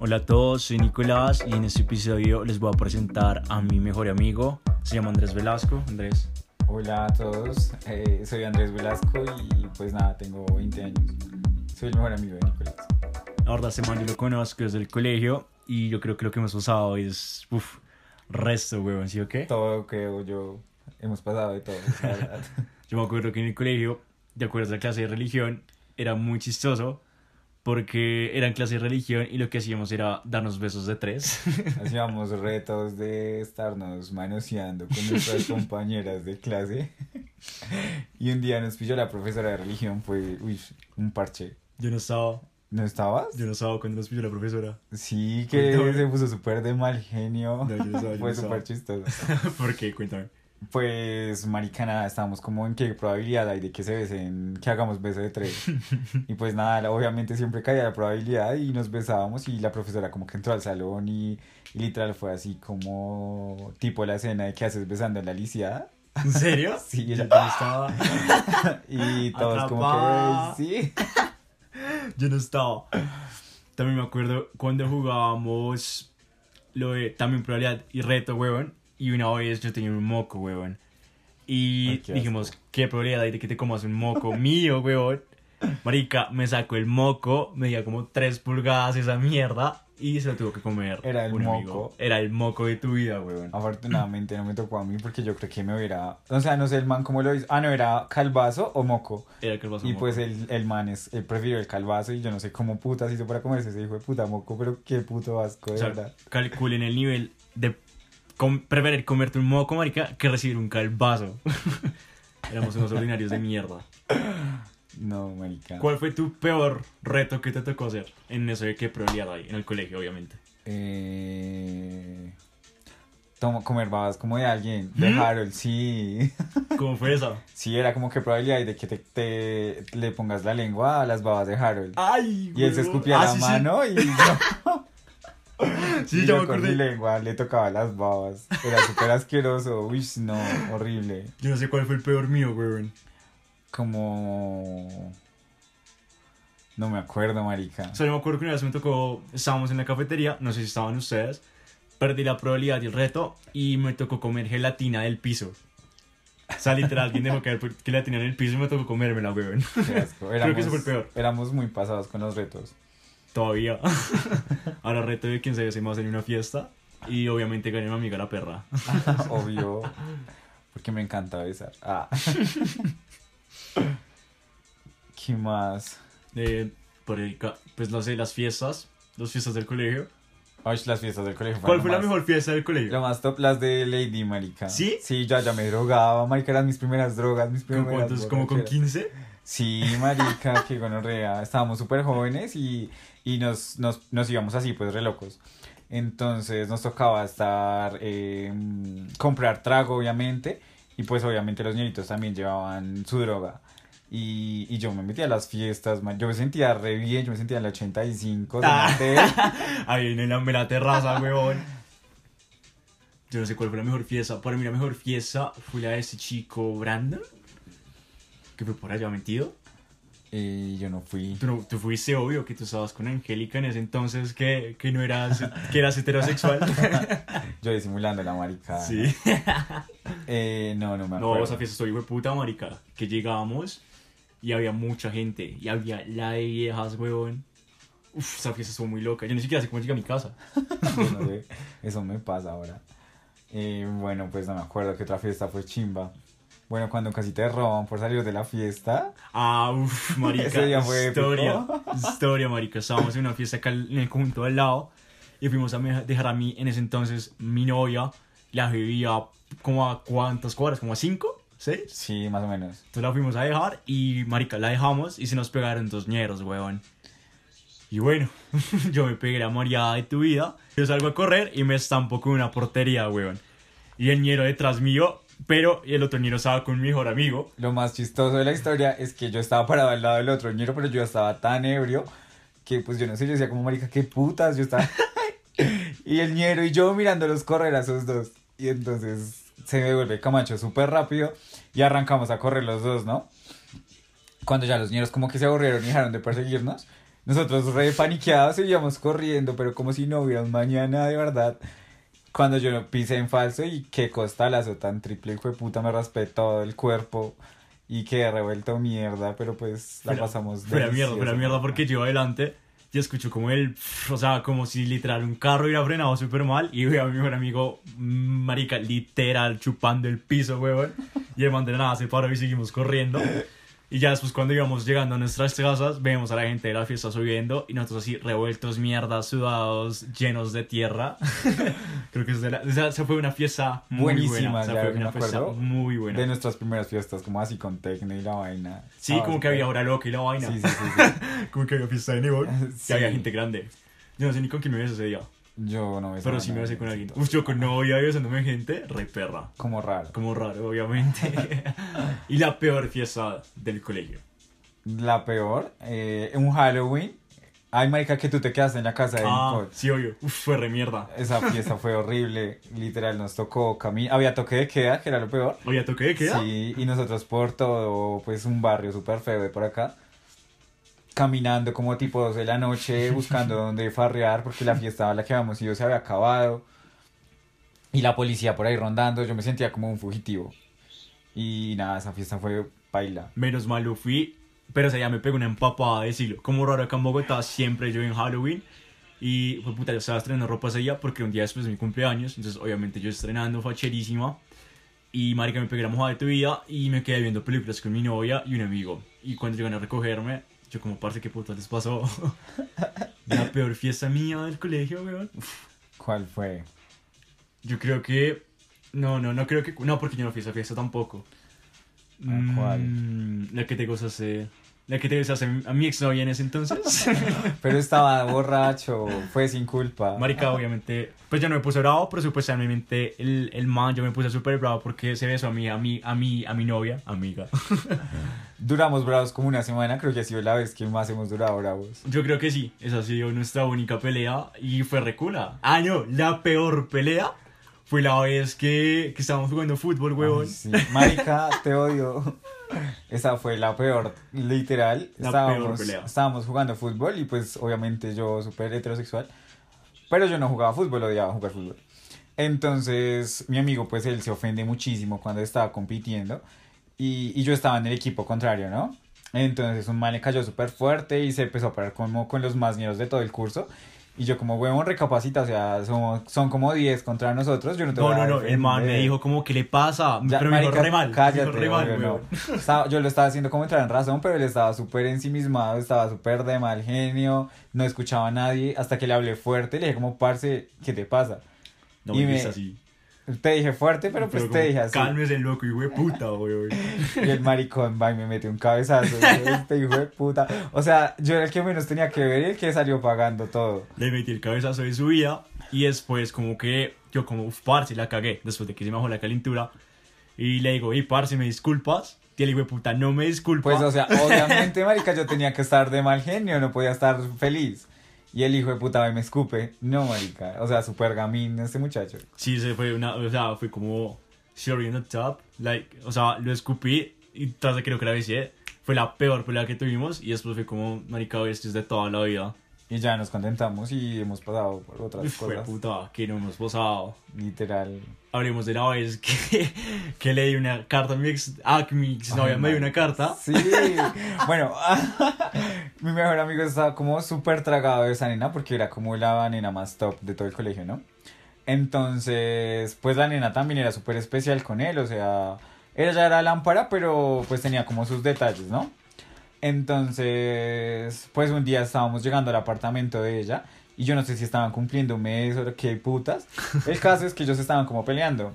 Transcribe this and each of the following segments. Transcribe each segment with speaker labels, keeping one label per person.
Speaker 1: Hola a todos, soy Nicolás y en este episodio les voy a presentar a mi mejor amigo. Se llama Andrés Velasco. Andrés,
Speaker 2: Hola a todos, eh, soy Andrés Velasco y pues nada, tengo 20 años. Soy el mejor amigo de Nicolás.
Speaker 1: la verdad, este man yo lo conozco desde el colegio y yo creo que lo que hemos pasado es. Uf, resto, weón, ¿sí o qué?
Speaker 2: Todo creo yo, hemos pasado de todo, la verdad.
Speaker 1: Yo me acuerdo que en el colegio, de acuerdo a la clase de religión, era muy chistoso porque eran clase de religión y lo que hacíamos era darnos besos de tres.
Speaker 2: Hacíamos retos de estarnos manoseando con nuestras compañeras de clase. Y un día nos pilló la profesora de religión, fue, uy, un parche.
Speaker 1: Yo no estaba,
Speaker 2: ¿No estabas?
Speaker 1: yo no estaba cuando nos pidió la profesora.
Speaker 2: Sí, que
Speaker 1: Cuéntame.
Speaker 2: se puso súper de mal genio.
Speaker 1: No, yo no estaba, yo no
Speaker 2: Fue
Speaker 1: estaba.
Speaker 2: súper chistoso.
Speaker 1: ¿Por qué? Cuéntame.
Speaker 2: Pues, marica, nada, estábamos como en qué probabilidad hay de que se besen, que hagamos beso de tres. Y pues nada, la- obviamente siempre caía la probabilidad y nos besábamos y la profesora como que entró al salón y, y literal fue así como tipo la escena de que haces besando a la lisiada.
Speaker 1: ¿En serio?
Speaker 2: Sí,
Speaker 1: Yo
Speaker 2: ella-
Speaker 1: no estaba.
Speaker 2: y todos
Speaker 1: Atrapada.
Speaker 2: como que, "Ay, sí.
Speaker 1: Yo no estaba. También me acuerdo cuando jugábamos lo de también probabilidad y reto, huevón. Y una vez yo tenía un moco, huevón. Y
Speaker 2: Ay, qué asco.
Speaker 1: dijimos, ¿qué probabilidad hay de que te comas un moco mío, huevón? Marica, me sacó el moco, me dio como tres pulgadas esa mierda y se lo tuvo que comer.
Speaker 2: Era el
Speaker 1: un amigo.
Speaker 2: moco. Ah,
Speaker 1: Era el moco de tu vida, huevón.
Speaker 2: Afortunadamente no me tocó a mí porque yo creo que me hubiera, o sea, no sé el man cómo lo hizo. Ah, no, era calvazo o moco.
Speaker 1: Era el que pasó
Speaker 2: Y
Speaker 1: moco.
Speaker 2: pues el, el man es, él prefirió el calvazo y yo no sé cómo putas hizo para comerse ese hijo de puta moco, pero qué puto asco, de
Speaker 1: O sea,
Speaker 2: verdad.
Speaker 1: calculen el nivel de com- preferir comerte un moco, marica, que recibir un calvazo. Éramos unos ordinarios de mierda.
Speaker 2: No, marica.
Speaker 1: ¿Cuál fue tu peor reto que te tocó hacer en eso de que probabilidad hay en el colegio, obviamente?
Speaker 2: Eh... tomo- comer babas como de alguien,
Speaker 1: ¿Mm?
Speaker 2: de Harold, sí.
Speaker 1: ¿Cómo fue eso?
Speaker 2: Sí, era como que probabilidad hay de que te, te- le pongas la lengua a las babas de Harold.
Speaker 1: Ah, ¡Ay!
Speaker 2: y él se escupía la mano y yo,
Speaker 1: Ah, Sí,
Speaker 2: y
Speaker 1: ya
Speaker 2: yo
Speaker 1: me
Speaker 2: con mi
Speaker 1: acordé.
Speaker 2: lengua le tocaba las babas. Era súper asqueroso, uy, no, horrible.
Speaker 1: Yo no sé cuál fue el peor mío, weón.
Speaker 2: Como... No me acuerdo, marica.
Speaker 1: Solo me acuerdo que una vez me tocó, estábamos en la cafetería, no sé si estaban ustedes, perdí la probabilidad y el reto y me tocó comer gelatina del piso. O sea, literal, alguien dejó caer por- gelatina en el piso y me tocó comérmela, weón.
Speaker 2: Qué asco.
Speaker 1: Creo que
Speaker 2: Éramos-
Speaker 1: eso fue el peor.
Speaker 2: Éramos muy pasados con los retos.
Speaker 1: Todavía. Ahora reto de quien se bese más en una fiesta y obviamente gané a mi amiga la perra.
Speaker 2: Obvio. Porque me encanta besar. Ah. ¿Qué más?
Speaker 1: Eh, por el ca- pues no sé, las fiestas, las fiestas del colegio.
Speaker 2: Ay, las fiestas del colegio.
Speaker 1: ¿Cuál
Speaker 2: fueron
Speaker 1: fue
Speaker 2: lo
Speaker 1: la
Speaker 2: más-
Speaker 1: mejor fiesta del colegio?
Speaker 2: Lo más top, las de Lady, marica.
Speaker 1: ¿Sí?
Speaker 2: Sí, yo ya me drogaba, marica, eran mis primeras drogas, mis
Speaker 1: ¿Con
Speaker 2: primeras
Speaker 1: cuántos? ¿Como con
Speaker 2: borracheras.
Speaker 1: 15?
Speaker 2: Sí, marica, qué gonorrea. Estábamos súper jóvenes y, y nos, nos, nos íbamos así, pues, re locos. Entonces nos tocaba estar, eh, comprar trago, obviamente. Y pues, obviamente, los niñitos también llevaban su droga. Y, y yo me metía a las fiestas, man. Yo me sentía re bien, yo me sentía en el 85.
Speaker 1: Ah.
Speaker 2: delante.
Speaker 1: Ahí en la, en la terraza, weón. Yo no sé cuál fue la mejor fiesta. Para mí la mejor fiesta fue la de ese chico Brandon. Que fue por allá mentido.
Speaker 2: Y yo no fui.
Speaker 1: Tú, no- tú fuiste obvio que tú estabas con Angélica en ese entonces que, que no eras, que eras heterosexual.
Speaker 2: Yo disimulando la maricada.
Speaker 1: sí.
Speaker 2: Eh, no, no me Ah, acuerdo.
Speaker 1: No, esa fiesta estoy hijo de puta, marica. Que llegábamos y había mucha gente. Y había la de viejas, weón. Uf, esa fiesta estuvo muy loca. Yo ni siquiera sé cómo llegué a mi casa.
Speaker 2: Yo no sé, eso me pasa ahora. Eh, bueno, pues no me acuerdo que otra fiesta fue chimba. Bueno, cuando casi te roban por salir de la fiesta.
Speaker 1: Ah, uff, marica.
Speaker 2: Ese día fue épico.
Speaker 1: historia, historia, marica. Estábamos en una fiesta acá en el conjunto al lado y fuimos a me- dejar a mí, en ese entonces, mi novia. La vivía como a cuántas cuadras, como a cinco, seis.
Speaker 2: Sí, más o menos.
Speaker 1: Entonces la fuimos a dejar y, marica, la dejamos y se nos pegaron dos ñeros, weón. Y bueno, yo me pegué la mareada de tu vida. Yo salgo a correr y me estampo con una portería, weón. Y el ñero detrás mío, pero el otro ñero estaba con mi mejor amigo.
Speaker 2: Lo más chistoso de la historia es que yo estaba parado al lado del otro ñero, pero yo estaba tan ebrio que pues yo no sé, yo decía como marica, qué putas, yo estaba... y el ñero y yo mirándolos correr a esos dos. Y entonces se me devuelve Camacho súper rápido y arrancamos a correr los dos, ¿no? Cuando ya los ñeros como que se aburrieron y dejaron de perseguirnos, Nosotros re paniqueados seguíamos corriendo, pero como si no hubiera un mañana de verdad. Cuando yo lo pisé en falso y que costalazo tan triple, hijo de puta, me raspé todo el cuerpo y quedé revuelto mierda, pero pues la
Speaker 1: Fuera-
Speaker 2: pasamos
Speaker 1: Fuera mierda, fuera
Speaker 2: delicioso.
Speaker 1: mierda, porque yo adelante y escucho como el. O sea, como si literal un carro hubiera frenado súper mal. Y veo a mi mejor amigo, mm, marica, literal chupando el piso, huevón. Y el man de la nada se paró y seguimos corriendo. Y ya después, cuando íbamos llegando a nuestras casas, vemos a la gente de la fiesta subiendo y nosotros así revueltos, mierda, sudados, llenos de tierra. Creo que esa, era- esa- esa fue una fiesta muy buena.
Speaker 2: Buenísima,
Speaker 1: Esa
Speaker 2: ya
Speaker 1: fue
Speaker 2: me
Speaker 1: una fiesta
Speaker 2: acuerdo
Speaker 1: muy buena.
Speaker 2: De nuestras primeras fiestas, como así con tecno y la vaina.
Speaker 1: Sí,
Speaker 2: Ah,
Speaker 1: como que
Speaker 2: súper.
Speaker 1: había hora loca y la vaina.
Speaker 2: Sí, sí, sí, sí.
Speaker 1: Como que había fiesta de Nibor.
Speaker 2: Sí.
Speaker 1: Que había gente grande. Yo no sé ni con quién me besé ese día.
Speaker 2: Yo no me
Speaker 1: Pero sí me besé con alguien. Uf, yo con novia besándome gente, re perra.
Speaker 2: Como raro.
Speaker 1: Como raro, obviamente. y la peor fiesta del colegio.
Speaker 2: La peor, eh, un Halloween. Ay, marica, que tú te quedaste en la casa de
Speaker 1: Ah,
Speaker 2: Nicole.
Speaker 1: sí, obvio. Uf, fue re mierda.
Speaker 2: Esa fiesta fue horrible. Literal, nos tocó camino. Había toque de queda, que era lo peor.
Speaker 1: Oye, ¿toqué de queda?
Speaker 2: Sí, y nosotros por todo, pues un barrio súper feo de por acá. Caminando como tipo 2 de la noche, buscando dónde farrear, porque la fiesta a la que habíamos ido se había acabado. Y la policía por ahí rondando, yo me sentía como un fugitivo. Y nada, esa fiesta fue baila.
Speaker 1: Menos mal lo fui, pero o sea, ya me pegó una empapada de siglo. Como raro acá en Bogotá siempre llueve en Halloween. Y fue puta, yo estaba estrenando ropa ese día porque un día después de mi cumpleaños. Entonces, obviamente, yo estrenando facherísima. Y marica, me pegué la mojada de tu vida y me quedé viendo películas con mi novia y un amigo. Y cuando llegan a recogerme, yo como, parce, ¿qué puta les pasó? la peor fiesta mía del colegio, weón.
Speaker 2: ¿Cuál fue?
Speaker 1: Yo creo que... No, no, no creo que... No, porque yo no fui a esa fiesta tampoco.
Speaker 2: ¿A cuál?
Speaker 1: Mm, la que te gozaste... La que te gozaste a mi exnovia en ese entonces.
Speaker 2: Ah. Pero estaba borracho, fue sin culpa.
Speaker 1: Marica, obviamente... Pues yo no me puse bravo, pero supuestamente el, el man yo me puse súper bravo porque se besó a mí, a mí, a mí, a mi novia, amiga.
Speaker 2: Duramos bravos como una semana, creo que ha sido la vez que más hemos durado bravos.
Speaker 1: Yo creo que sí, esa ha sido nuestra única pelea y fue recula. Ah, no, la peor pelea fue la vez que, que estábamos jugando fútbol, huevón.
Speaker 2: Ay, sí. Marica, te odio. Esa fue la peor, literal.
Speaker 1: La peor
Speaker 2: estábamos,
Speaker 1: pelea.
Speaker 2: estábamos jugando fútbol y pues obviamente yo súper heterosexual. Pero yo no jugaba fútbol, odiaba jugar fútbol. Entonces mi amigo pues él se ofende muchísimo cuando estaba compitiendo y, y yo estaba en el equipo contrario, ¿no? Entonces un man le cayó súper fuerte y se empezó a parar como con los más ñeros de todo el curso. Y yo como, huevón, recapacita, o sea, son, son como 10 contra nosotros, yo no te
Speaker 1: No,
Speaker 2: voy a
Speaker 1: no, no, el man me
Speaker 2: defender".
Speaker 1: dijo como, ¿qué le pasa?
Speaker 2: Ya,
Speaker 1: pero me dijo
Speaker 2: marica,
Speaker 1: re mal, me
Speaker 2: cállate,
Speaker 1: dijo re mal,
Speaker 2: obvio, no.
Speaker 1: huevón.
Speaker 2: Estaba- yo lo estaba haciendo como entrar en razón, pero él estaba súper ensimismado, estaba súper de mal genio, no escuchaba a nadie, hasta que le hablé fuerte, le dije como, parce, ¿qué te pasa?
Speaker 1: No
Speaker 2: Y
Speaker 1: me
Speaker 2: me-
Speaker 1: dices así.
Speaker 2: Te dije fuerte, pero pues te
Speaker 1: como,
Speaker 2: dije así.
Speaker 1: Cálmese, loco, hijo de puta, weón.
Speaker 2: Y el maricón, va, y me metió un cabezazo, y yo, este hijo de puta. O sea, yo era el que menos tenía que ver y el que salió pagando todo.
Speaker 1: Le metí el cabezazo de su vida y después como que yo como, uff, parce, la cagué después de que se me bajó la calentura. Y le digo, y parce, ¿me disculpas? Y el hijo de puta no me disculpa.
Speaker 2: Pues, o sea, obviamente, marica, yo tenía que estar de mal genio, no podía estar feliz. Y el hijo de puta va y me escupe. No, marica. O sea, súper gamín este muchacho.
Speaker 1: Sí, se fue una, o sea, fue como Sherry on the top, like, o sea, lo escupí y tras de que lo que la besé, fue la peor pelea que tuvimos y después fue como, marica, esto es de toda la vida.
Speaker 2: Y ya nos contentamos y hemos pasado por otras
Speaker 1: Uf, Fue
Speaker 2: cosas.
Speaker 1: puta, que no hemos posado.
Speaker 2: Literal.
Speaker 1: Hablemos de la vez que, que leí una carta a mi ex, ah, que mi ex novia
Speaker 2: Ay,
Speaker 1: me dio
Speaker 2: man.
Speaker 1: una carta.
Speaker 2: Sí. bueno, mi mejor amigo estaba como súper tragado de esa nena porque era como la nena más top de todo el colegio, ¿no? Entonces, pues la nena también era súper especial con él, o sea, ella ya era lámpara, pero pues tenía como sus detalles, ¿no? Entonces, pues un día estábamos llegando al apartamento de ella y yo no sé si estaban cumpliendo un mes o qué putas. El caso es que ellos estaban como peleando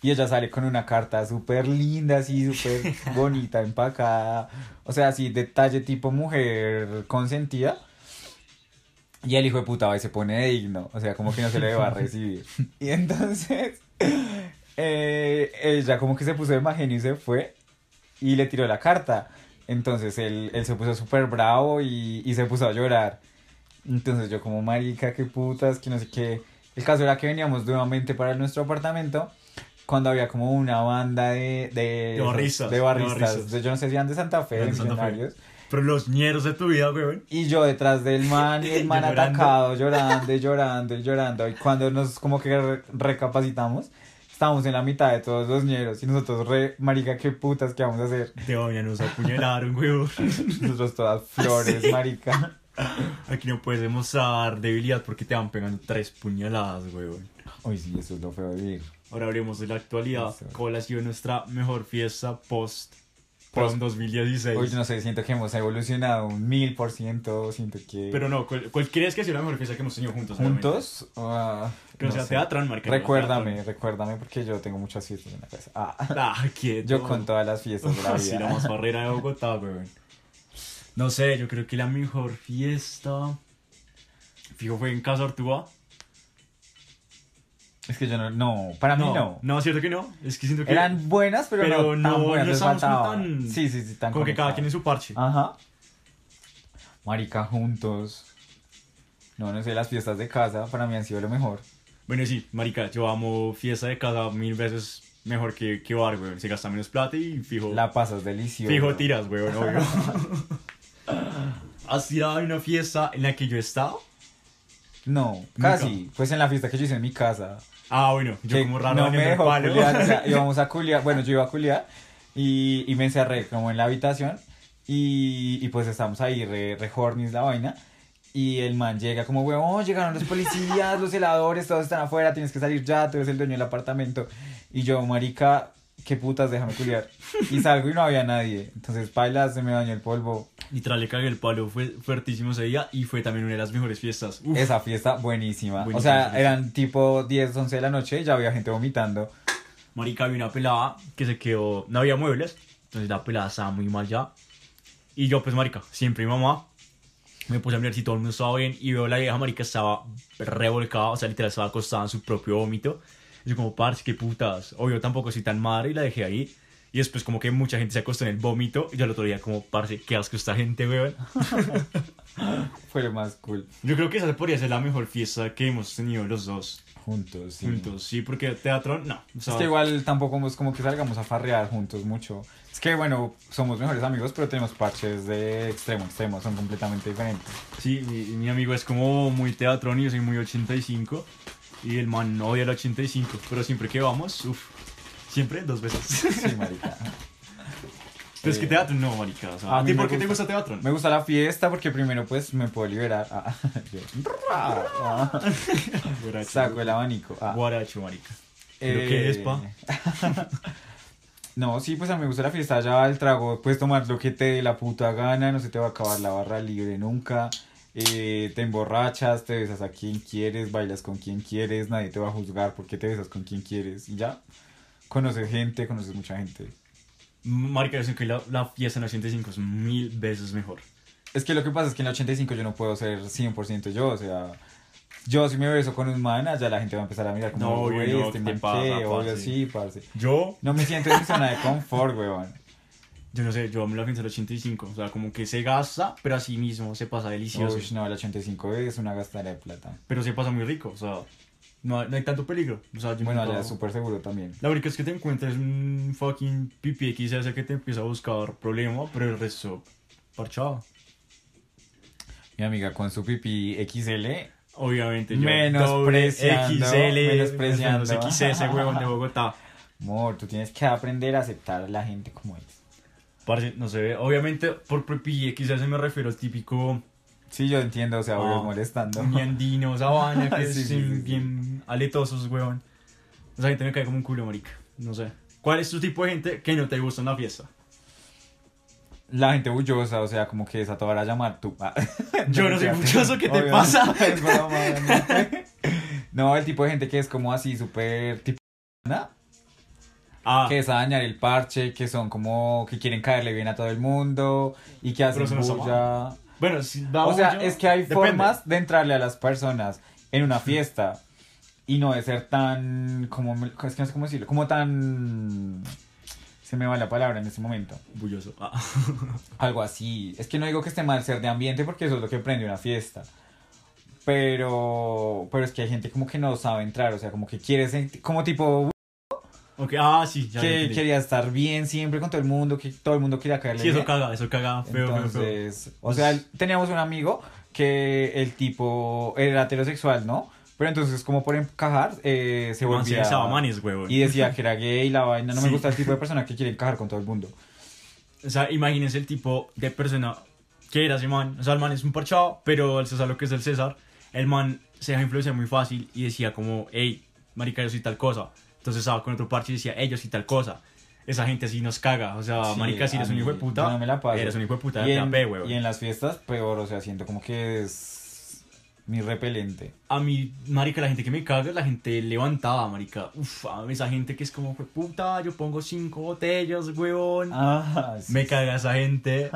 Speaker 2: y ella sale con una carta súper linda, así súper bonita, empacada, o sea, así detalle tipo mujer consentida. Y el hijo de puta va y se pone de digno, o sea, como que no se le va a recibir. Y entonces, eh, ella como que se puso de mal genio y se fue y le tiró la carta. Entonces él, él se puso súper bravo y, y se puso a llorar. Entonces yo como marica, qué putas, que no sé qué. El caso era que veníamos nuevamente para nuestro apartamento cuando había como una banda de... De,
Speaker 1: De barristas,
Speaker 2: de
Speaker 1: de
Speaker 2: barristas.
Speaker 1: barristas.
Speaker 2: Entonces, yo no sé si eran de Santa Fe,
Speaker 1: Eran
Speaker 2: de
Speaker 1: de Santa Fe.
Speaker 2: Millonarios.
Speaker 1: Pero los ñeros de tu vida, weón.
Speaker 2: Y yo detrás del man y el man
Speaker 1: Llorando.
Speaker 2: atacado, llorando, y llorando, y llorando. Y cuando nos como que re- recapacitamos, estábamos en la mitad de todos los ñeros. Y nosotros re, marica, qué putas que vamos a hacer.
Speaker 1: Te van a nos apuñalaron, weón.
Speaker 2: Nosotros todas flores, marica.
Speaker 1: Aquí no puedes demostrar debilidad porque te van pegando tres puñaladas, weón.
Speaker 2: Uy, sí, eso es lo feo de vivir.
Speaker 1: Ahora hablemos de la actualidad.
Speaker 2: Eso.
Speaker 1: ¿Cuál ha sido nuestra mejor fiesta post prom 2016?
Speaker 2: Uy, yo no sé, siento que hemos evolucionado un mil por ciento, siento que...
Speaker 1: Pero no, ¿cuál, cuál crees que ha sido la mejor fiesta que hemos tenido juntos?
Speaker 2: ¿Juntos? Ah,
Speaker 1: realmente? Que no
Speaker 2: no
Speaker 1: sea
Speaker 2: sé.
Speaker 1: teatro, marca.
Speaker 2: Recuérdame, recuérdame porque yo tengo muchas fiestas en la casa. Ah,
Speaker 1: Ah, quieto.
Speaker 2: yo con todas las fiestas de la
Speaker 1: Uf, sí, la
Speaker 2: vida.
Speaker 1: más barrera de Bogotá, weón. No sé, yo creo que la mejor fiesta. Fijo, fue en Casa Ortúa.
Speaker 2: Es que yo no, no, para mí no.
Speaker 1: No, cierto que no. Es que siento que.
Speaker 2: Eran buenas, pero,
Speaker 1: Pero
Speaker 2: no tan
Speaker 1: no-
Speaker 2: buenas.
Speaker 1: no
Speaker 2: les
Speaker 1: estábamos como
Speaker 2: faltaba.
Speaker 1: tan-
Speaker 2: Sí, sí, sí, tan Ah.
Speaker 1: como que cada quien en
Speaker 2: conectadas.
Speaker 1: su parche.
Speaker 2: Ajá. Marica, juntos. No, no sé, las fiestas de casa para mí han sido lo mejor.
Speaker 1: Bueno, sí, marica, yo amo fiesta de casa mil veces mejor que, que bar, weón. Se gasta menos plata y fijo.
Speaker 2: La pasas deliciosa.
Speaker 1: Fijo tiras, weón, obvio. ¿Has tirado en una fiesta en la que yo he estado?
Speaker 2: No,
Speaker 1: Nunca.
Speaker 2: casi. Pues en la fiesta que yo hice en mi casa.
Speaker 1: Ah, bueno, yo
Speaker 2: que
Speaker 1: como raro
Speaker 2: no
Speaker 1: valiendo
Speaker 2: me
Speaker 1: el
Speaker 2: dejó
Speaker 1: palo.
Speaker 2: culiar, o sea, íbamos a culiar, bueno, yo iba a culiar y, y me encerré como en la habitación y, y pues estamos ahí re, re hornis la vaina y el man llega como, huevón, llegaron los policías, los heladores, todos están afuera, tienes que salir ya, tú eres el dueño del apartamento y yo, marica, qué putas, déjame culiar y salgo y no había nadie, entonces paila, se me dañó el polvo,
Speaker 1: Literal, le cagué el palo, fue fuertísimo ese día y fue también una de las mejores fiestas. Uf,
Speaker 2: esa fiesta buenísima, o
Speaker 1: Buenísima
Speaker 2: sea,
Speaker 1: fiesta.
Speaker 2: eran tipo 10, 11 de la noche y ya había gente vomitando.
Speaker 1: Marica, había una pelada que se quedó, no había muebles, entonces la pelada estaba muy mal ya. Y yo, pues, marica, siempre mi mamá, me puse a mirar si todo el mundo estaba bien y veo la vieja marica estaba revolcada, o sea, literal estaba acostada en su propio vómito. Y yo como, parce, qué putas. Obvio, tampoco soy tan madre y la dejé ahí. Y después como que mucha gente se acostó en el vómito y yo al otro día como, parce, qué asco esta gente, weón.
Speaker 2: Fue lo más cool.
Speaker 1: Yo creo que esa podría ser la mejor fiesta que hemos tenido los dos
Speaker 2: Juntos, sí.
Speaker 1: juntos, sí, porque teatro, no. o sea,
Speaker 2: Es que igual tampoco es como que salgamos a farrear juntos mucho. Es que bueno, somos mejores amigos, pero tenemos parches de extremo a extremo, son completamente diferentes.
Speaker 1: Sí, mi, mi amigo es como muy teatrón y yo soy muy 85. Y el man odia el 85, pero siempre que vamos, uff, siempre dos veces.
Speaker 2: Sí, marica.
Speaker 1: pero es que
Speaker 2: Eh,
Speaker 1: teatro no, marica. o sea,
Speaker 2: a
Speaker 1: ¿A
Speaker 2: mí
Speaker 1: ti
Speaker 2: me
Speaker 1: por qué te
Speaker 2: gusta.
Speaker 1: gusta teatro?
Speaker 2: Me gusta la fiesta porque primero pues me puedo liberar. Ah, yo- Ah,
Speaker 1: Guaracho.
Speaker 2: saco el abanico. Ah.
Speaker 1: Guaracho, marica. ¿Pero qué es, pa?
Speaker 2: Eh, No, sí, pues a mí me gusta la fiesta, ya el trago, puedes tomar lo que te dé la puta gana, no se te va a acabar la barra libre nunca, eh, te emborrachas, te besas a quien quieres, bailas con quien quieres, nadie te va a juzgar porque te besas con quien quieres y ya, conoces gente, conoces mucha gente.
Speaker 1: Marica, yo sé que la, la fiesta en 85 es mil veces mejor.
Speaker 2: Es que lo que pasa es que en el 85 yo no puedo ser 100% yo, o sea, yo si me beso con un man, ya la gente va a empezar a mirar como,
Speaker 1: No,
Speaker 2: "Uy,
Speaker 1: obvio no,
Speaker 2: este
Speaker 1: ¿qué te
Speaker 2: man
Speaker 1: pasa,
Speaker 2: qué, obvio
Speaker 1: parce?
Speaker 2: sí, parce.
Speaker 1: Yo,
Speaker 2: No me siento en mi zona de confort, weón.
Speaker 1: yo no sé, yo amo la fiesta del 85. O sea, como que se gasta, pero así mismo se pasa delicioso.
Speaker 2: Uy, no, el 85 es una gastadera de plata.
Speaker 1: Pero se pasa muy rico, o sea, no, hay- no hay tanto peligro. O sea, yo
Speaker 2: Bueno, allá
Speaker 1: nunca-
Speaker 2: es súper seguro también.
Speaker 1: La única es que te encuentres un fucking pipi que hace que te empieza a buscar problema, pero el resto, parchado.
Speaker 2: Mi amiga con su pipí XL.
Speaker 1: Obviamente, yo.
Speaker 2: Menospreciando,
Speaker 1: doble XL,
Speaker 2: menospreciando.
Speaker 1: menos XS, huevón de Bogotá.
Speaker 2: Amor, tú tienes que aprender a aceptar a la gente como es.
Speaker 1: Parce, no se ve. Obviamente, por pipi XS me refiero al típico
Speaker 2: Sí, yo entiendo, o sea, voy
Speaker 1: Ah,
Speaker 2: molestando.
Speaker 1: ñandino, sabana, que
Speaker 2: Sí, sí,
Speaker 1: son
Speaker 2: sí, sí.
Speaker 1: bien aletosos, huevón. Esa gente me cae como un culo, marica. No sé. ¿Cuál es tu tipo de gente que no te gusta en la fiesta?
Speaker 2: La gente bullosa, o sea, como que es a toda hora llamar tú. Ah,
Speaker 1: Yo no soy
Speaker 2: mentira.
Speaker 1: bulloso, ¿qué te
Speaker 2: Obvio,
Speaker 1: pasa?
Speaker 2: es broma, obviamente. No, el tipo de gente que es como así, súper tipo. ¿no?
Speaker 1: Ah,
Speaker 2: que es a dañar el parche, que son como que quieren caerle bien a todo el mundo y que hacen
Speaker 1: eso no está
Speaker 2: bulla.
Speaker 1: bueno, si da
Speaker 2: O sea,
Speaker 1: bullo,
Speaker 2: es que hay
Speaker 1: depende.
Speaker 2: formas de entrarle a las personas en una fiesta y no de ser tan como es que no sé cómo decirlo, como tan se me va la palabra en este momento.
Speaker 1: Bulloso. Ah.
Speaker 2: Algo así. Es que no digo que esté mal ser de ambiente porque eso es lo que prende una fiesta. Pero pero es que hay gente como que no sabe entrar, o sea, como que quiere sentir como tipo
Speaker 1: Ok, ah, sí, ya.
Speaker 2: que
Speaker 1: entendí.
Speaker 2: quería estar bien siempre con todo el mundo, que todo el mundo quería caerle
Speaker 1: Sí, eso
Speaker 2: bien.
Speaker 1: caga, eso caga feo, feo, feo.
Speaker 2: Entonces, o sea, teníamos un amigo que el tipo era heterosexual, ¿no? Pero entonces, como por encajar, eh, se
Speaker 1: Man, se
Speaker 2: volvía...
Speaker 1: besaba manes, huevón.
Speaker 2: y decía que era gay, la vaina, no me
Speaker 1: Sí.
Speaker 2: gusta el tipo de persona que quiere encajar con todo el mundo.
Speaker 1: O sea, imagínense el tipo de persona que era ese man. O sea, el man es un parchado, pero el César lo que es el César, el man se deja influenciar muy fácil y decía como, hey, marica, yo soy tal cosa. Entonces estaba con otro parche y decía, hey, yo soy tal cosa. Esa gente sí nos caga. O sea,
Speaker 2: Sí,
Speaker 1: Ah, marica, si
Speaker 2: a
Speaker 1: eres un
Speaker 2: mí,
Speaker 1: hijo de
Speaker 2: yo
Speaker 1: puta,
Speaker 2: no me la paso.
Speaker 1: eres un hijo de puta,
Speaker 2: y,
Speaker 1: te
Speaker 2: en,
Speaker 1: apé, huevón.
Speaker 2: y en las fiestas, peor, o sea, siento como que es mi repelente.
Speaker 1: A mí, marica, la gente que me caga es la gente levantada, marica. Uf, a esa gente que es como, "Jue puta, yo pongo cinco botellas, huevón.
Speaker 2: Ah, sí.
Speaker 1: Me caga esa gente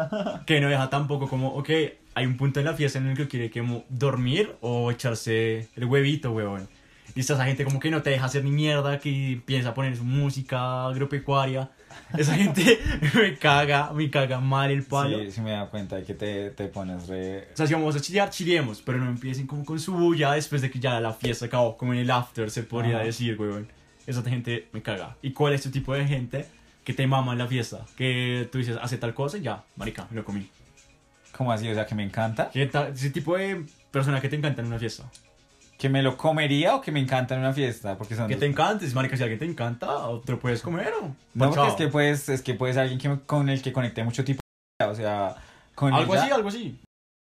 Speaker 1: que no deja tampoco como, ok, hay un punto en la fiesta en el que quiere que mo- dormir o echarse el huevito, huevón. Y está esa gente como que no te deja hacer ni mierda, que piensa poner su música agropecuaria. Esa gente me caga, me caga mal el palo.
Speaker 2: Sí, sí me da cuenta de que te, te pones re...
Speaker 1: O sea, si vamos a chillar, chillemos, pero no empiecen como con su bulla después de que ya la fiesta acabó, como en el after se podría
Speaker 2: Ajá.
Speaker 1: decir, huevón. Esa gente me caga. ¿Y cuál es tu tipo de gente que te mama en la fiesta? Que tú dices, hace tal cosa y ya, marica, me lo comí.
Speaker 2: ¿Cómo así? O sea, que me encanta.
Speaker 1: ¿Qué tal- ese tipo de persona que te encanta en una fiesta?
Speaker 2: ¿Que me lo comería o que me encanta en una fiesta? Porque son
Speaker 1: Que
Speaker 2: dos
Speaker 1: te encantes, marica, si alguien te encanta, o te lo puedes comer o...
Speaker 2: No, porque
Speaker 1: Chao.
Speaker 2: es que puedes, es que puedes alguien que, con el que conecte mucho tipo, o sea, con
Speaker 1: Algo
Speaker 2: ella-
Speaker 1: así, algo así.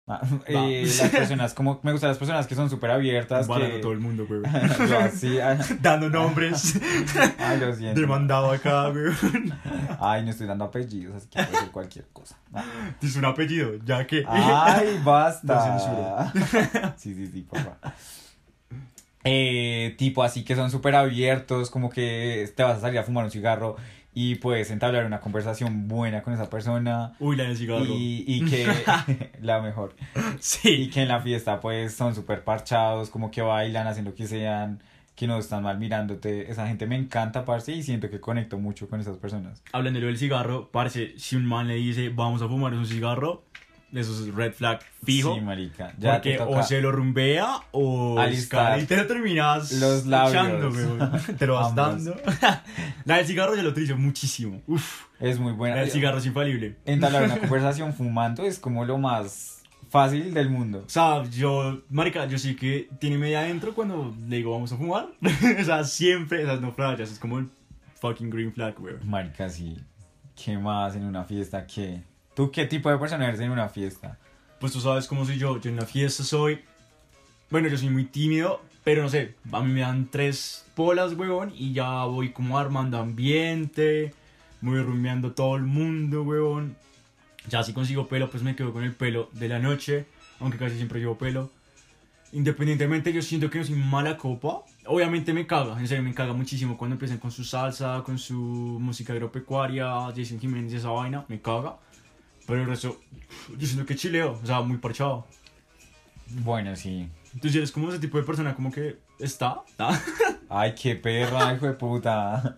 Speaker 2: Ah, eh, las personas, como me gustan las personas que son súper abiertas,
Speaker 1: Van a
Speaker 2: que
Speaker 1: todo el mundo, güey.
Speaker 2: Yo así, ah,
Speaker 1: Dando nombres,
Speaker 2: ay, lo siento.
Speaker 1: demandado acá, güey.
Speaker 2: Ay, no estoy dando apellidos, así que puede ser cualquier cosa. Ah,
Speaker 1: Dice un apellido, ya que...
Speaker 2: Ay,
Speaker 1: Lo
Speaker 2: basta. Sí, sí, sí, papá. Eh, tipo así que son súper abiertos, como que te vas a salir a fumar un cigarro y puedes entablar una conversación buena con esa persona.
Speaker 1: Uy, la del cigarro.
Speaker 2: Y, y que la mejor. Y
Speaker 1: Sí.
Speaker 2: que en la fiesta pues son súper parchados, como que bailan, hacen lo que sean, que no están mal mirándote. Esa gente me encanta, parce, y siento que conecto mucho con esas personas.
Speaker 1: Hablando de lo del cigarro, parce, si un man le dice, vamos a fumar un cigarro, eso es red flag fijo.
Speaker 2: Sí, marica. Ya
Speaker 1: porque
Speaker 2: te toca
Speaker 1: o se lo rumbea o
Speaker 2: Alistar.
Speaker 1: es cara y te lo terminas
Speaker 2: Los labios.
Speaker 1: echando, weón. te lo vas
Speaker 2: Ambos.
Speaker 1: dando. La del cigarro yo lo utilizo muchísimo. Uf,
Speaker 2: Es muy
Speaker 1: la
Speaker 2: buena.
Speaker 1: del cigarro es infalible.
Speaker 2: Entablar una conversación fumando es como lo más fácil del mundo.
Speaker 1: O sea, yo, marica, yo sí que tiene media adentro cuando le digo vamos a fumar. o sea, siempre esas no fallas, es como el fucking green flag, weón.
Speaker 2: Marica, sí. ¿Qué más en una fiesta? ¿Qué? ¿Tú qué tipo de persona eres en una fiesta?
Speaker 1: Pues tú sabes cómo soy yo, yo en la fiesta soy... Bueno, yo soy muy tímido, pero no sé, a mí me dan tres polas, weón, y ya voy como armando ambiente, voy rumiando todo el mundo, weón. Ya si consigo pelo, pues me quedo con el pelo de la noche, aunque casi siempre llevo pelo. Independientemente, yo siento que no soy mala copa. Obviamente me caga, en serio, me caga muchísimo cuando empiezan con su salsa, con su música agropecuaria, Jason Jiménez y esa vaina, me caga. Pero el resto, yo siento que chileo, o sea, muy parchado.
Speaker 2: Bueno, sí.
Speaker 1: Entonces eres como ese tipo de persona como que está, ¿tá?
Speaker 2: Ay, qué perra, hijo de puta.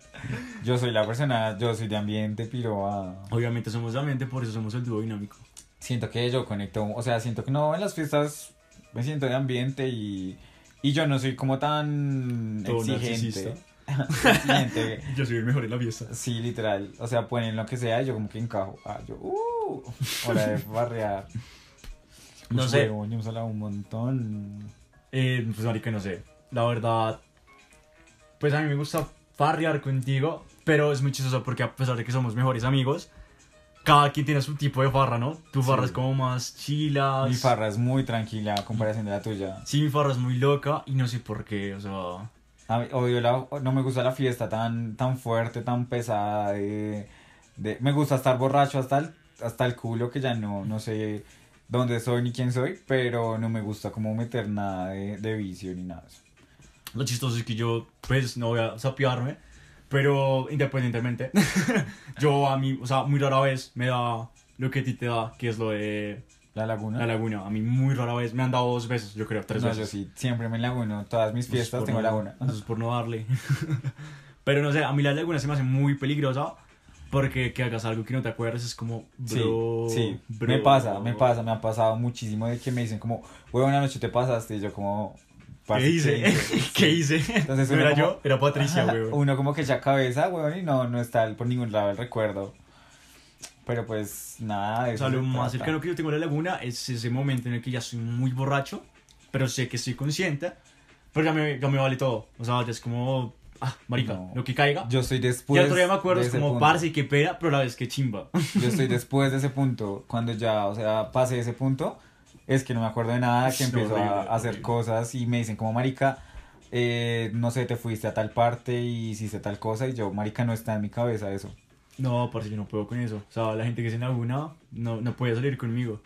Speaker 2: Yo soy la persona, yo soy de ambiente, piroa.
Speaker 1: Obviamente somos de ambiente, por eso somos el dúo dinámico.
Speaker 2: Siento que yo conecto, o sea, siento que no, en las fiestas me siento de ambiente y, y yo no soy como tan
Speaker 1: Todo
Speaker 2: exigente.
Speaker 1: narcisista.
Speaker 2: exigente.
Speaker 1: Yo soy el mejor en la fiesta.
Speaker 2: Sí, literal. O sea, ponen lo que sea y yo como que encajo. Ah, yo, uh, hora de barrear.
Speaker 1: No
Speaker 2: Uy,
Speaker 1: sé.
Speaker 2: huevón, hemos hablado un montón.
Speaker 1: Eh, pues marica, no sé. La verdad, pues a mí me gusta farrear contigo, pero es muy chistoso porque a pesar de que somos mejores amigos, cada quien tiene su tipo de farra, ¿no? Tu farra
Speaker 2: Sí.
Speaker 1: es como más chila.
Speaker 2: Mi farra es muy tranquila a comparación de la tuya.
Speaker 1: Sí, mi farra es muy loca y no sé por qué, o sea...
Speaker 2: A mí- odio la, no me gusta la fiesta tan, tan fuerte, tan pesada. De, de- me gusta estar borracho hasta el, hasta el culo, que ya no, no sé dónde soy ni quién soy, pero no me gusta como meter nada de, de vicio ni nada. de eso.
Speaker 1: Lo chistoso es que yo, pues, no voy a sapearme, pero independientemente, yo a mí, o sea, muy rara vez me da lo que a ti te da, que es lo de
Speaker 2: La laguna.
Speaker 1: la laguna. A mí muy rara vez, me han dado dos veces, yo creo, tres
Speaker 2: No, yo
Speaker 1: veces.
Speaker 2: sí, siempre me laguno. Todas mis fiestas
Speaker 1: Por
Speaker 2: tengo
Speaker 1: no-
Speaker 2: laguna.
Speaker 1: Eso es por no darle. pero no sé, a mí la laguna se me hace muy peligrosa porque que hagas algo que no te acuerdes es como,
Speaker 2: Sí,
Speaker 1: bro,
Speaker 2: sí.
Speaker 1: bro.
Speaker 2: Me pasa, me pasa, me ha pasado muchísimo de que me dicen como, huevón, una noche te pasaste y yo como,
Speaker 1: ¿Qué
Speaker 2: parce,
Speaker 1: hice? ¿Qué hice?
Speaker 2: Entonces,
Speaker 1: no era
Speaker 2: uno como-
Speaker 1: yo, era Patricia,
Speaker 2: Ajá,
Speaker 1: weón.
Speaker 2: Uno como que ya cabeza, weón, y no, no está por ningún lado el recuerdo. Pero pues nada, de
Speaker 1: O
Speaker 2: eso
Speaker 1: sea, lo
Speaker 2: se
Speaker 1: más
Speaker 2: trata.
Speaker 1: cercano que yo tengo a la laguna es ese momento en el que ya soy muy borracho, pero sé que estoy consciente, pero ya me, ya me vale todo. O sea, ya es como, ah, marica,
Speaker 2: No.
Speaker 1: lo que caiga.
Speaker 2: Yo estoy
Speaker 1: y
Speaker 2: después.
Speaker 1: al otro día me acuerdo,
Speaker 2: de
Speaker 1: es
Speaker 2: ese
Speaker 1: como,
Speaker 2: punto.
Speaker 1: parce, y qué pera, pero a la vez que chimba.
Speaker 2: Yo estoy después de ese punto. Cuando ya, o sea, pasé ese punto, es que no me acuerdo de nada, que
Speaker 1: No,
Speaker 2: empiezo
Speaker 1: horrible,
Speaker 2: a hacer
Speaker 1: horrible.
Speaker 2: cosas y me dicen como, marica, eh, no sé, te fuiste a tal parte y hiciste tal cosa y yo, marica, no está en mi cabeza eso.
Speaker 1: No, parce, yo no puedo con eso. O sea, la gente que se en laguna no, no podía salir conmigo.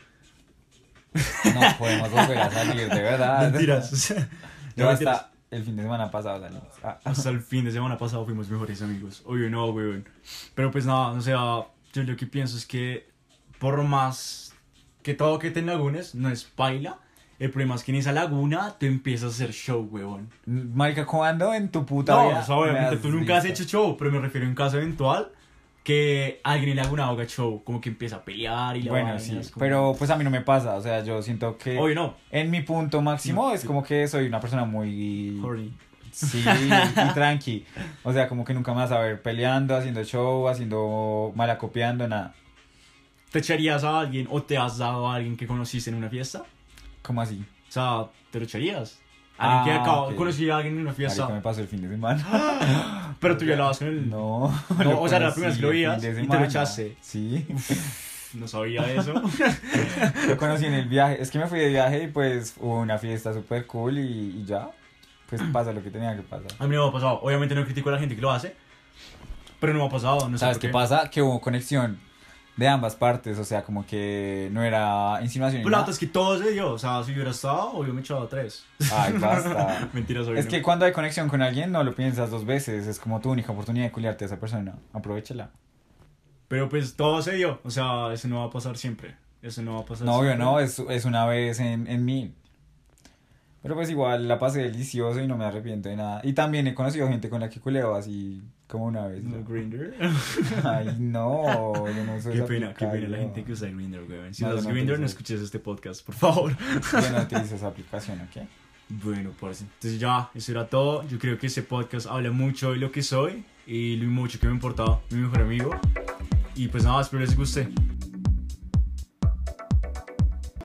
Speaker 2: No podemos volver a salir, de Ah, verdad.
Speaker 1: Mentiras. o sea,
Speaker 2: Yo
Speaker 1: no, mentiras.
Speaker 2: hasta el fin de semana pasado salimos. Ah,
Speaker 1: Hasta el fin de semana pasado fuimos mejores amigos. Obvio no, weón. Pero pues nada, o sea, yo lo que pienso es que por más que todo que te lagunes, no es paila. El problema es que en esa laguna tú empiezas a hacer show, weón.
Speaker 2: Marica, ¿cuándo en tu puta
Speaker 1: No,
Speaker 2: vida?
Speaker 1: o sea, obviamente
Speaker 2: me
Speaker 1: tú nunca has
Speaker 2: visto?
Speaker 1: hecho show, pero me refiero a un caso eventual que alguien en la laguna haga show, como que empieza a pelear y la
Speaker 2: Bueno,
Speaker 1: vaina,
Speaker 2: sí,
Speaker 1: es como-
Speaker 2: pero pues a mí no me pasa, o sea, yo siento que
Speaker 1: Obvio no,
Speaker 2: en mi punto máximo
Speaker 1: No,
Speaker 2: es
Speaker 1: sí.
Speaker 2: como que soy una persona muy
Speaker 1: horny.
Speaker 2: sí, y tranqui, o sea, como que nunca más a ver peleando, haciendo show, haciendo malacopiando, nada,
Speaker 1: ¿Te echarías a alguien o te has dado a alguien que conociste en una fiesta?
Speaker 2: ¿cómo así?
Speaker 1: O sea, te lo echarías. Alguien
Speaker 2: Ah,
Speaker 1: que acabo,
Speaker 2: ok.
Speaker 1: conocí a alguien en una
Speaker 2: Marica,
Speaker 1: fiesta.
Speaker 2: me pasó el fin de semana.
Speaker 1: Pero tú ya lo vas con el. No,
Speaker 2: No,
Speaker 1: No,
Speaker 2: lo
Speaker 1: o sea, la
Speaker 2: conocí
Speaker 1: primera vez que lo
Speaker 2: el fin
Speaker 1: veías
Speaker 2: de
Speaker 1: y te lo
Speaker 2: semana.
Speaker 1: echaste.
Speaker 2: Sí.
Speaker 1: sabía eso.
Speaker 2: Lo conocí en el viaje. Es que me fui de viaje y pues hubo una fiesta súper cool y, y ya. Pues pasa lo que tenía que pasar.
Speaker 1: A mí no me ha pasado. Obviamente no critico a la gente que lo hace. Pero no me ha pasado. No sé
Speaker 2: ¿Sabes
Speaker 1: por
Speaker 2: qué pasa? Que hubo conexión de ambas partes. O sea, como que no era insinuación. ni
Speaker 1: Pero Pues la
Speaker 2: nada.
Speaker 1: verdad es que todo se dio. O sea, si yo hubiera estado, yo me he echado tres.
Speaker 2: Ay, basta.
Speaker 1: Mentiras, obvio.
Speaker 2: Es
Speaker 1: no.
Speaker 2: que cuando hay conexión con alguien no lo piensas dos veces, es como tu única oportunidad de culiarte a esa persona, aprovechala.
Speaker 1: Pero pues todo se dio. O sea, eso no va a pasar siempre. Eso no va a pasar
Speaker 2: No, obvio,
Speaker 1: siempre.
Speaker 2: no, es, es una vez en, en mil. Pero pues igual la pasé delicioso y no me arrepiento de nada. Y también he conocido gente con la que culeo así como una vez.
Speaker 1: No,
Speaker 2: ¿no?
Speaker 1: Grindr.
Speaker 2: Ay, no, yo no soy
Speaker 1: qué
Speaker 2: esa
Speaker 1: pena, qué pena la
Speaker 2: aplicación.
Speaker 1: gente que usa Grindr, weón. Si
Speaker 2: No, yo
Speaker 1: usas
Speaker 2: no
Speaker 1: Grindr, no
Speaker 2: utilizo.
Speaker 1: escuches este podcast, por favor.
Speaker 2: Yo no utilizo esa aplicación, ¿ok?
Speaker 1: Bueno, parce. Entonces ya, eso era todo. Yo creo que ese podcast habla mucho de lo que soy y lo mucho que me importaba mi mejor amigo. Y pues nada, espero les guste.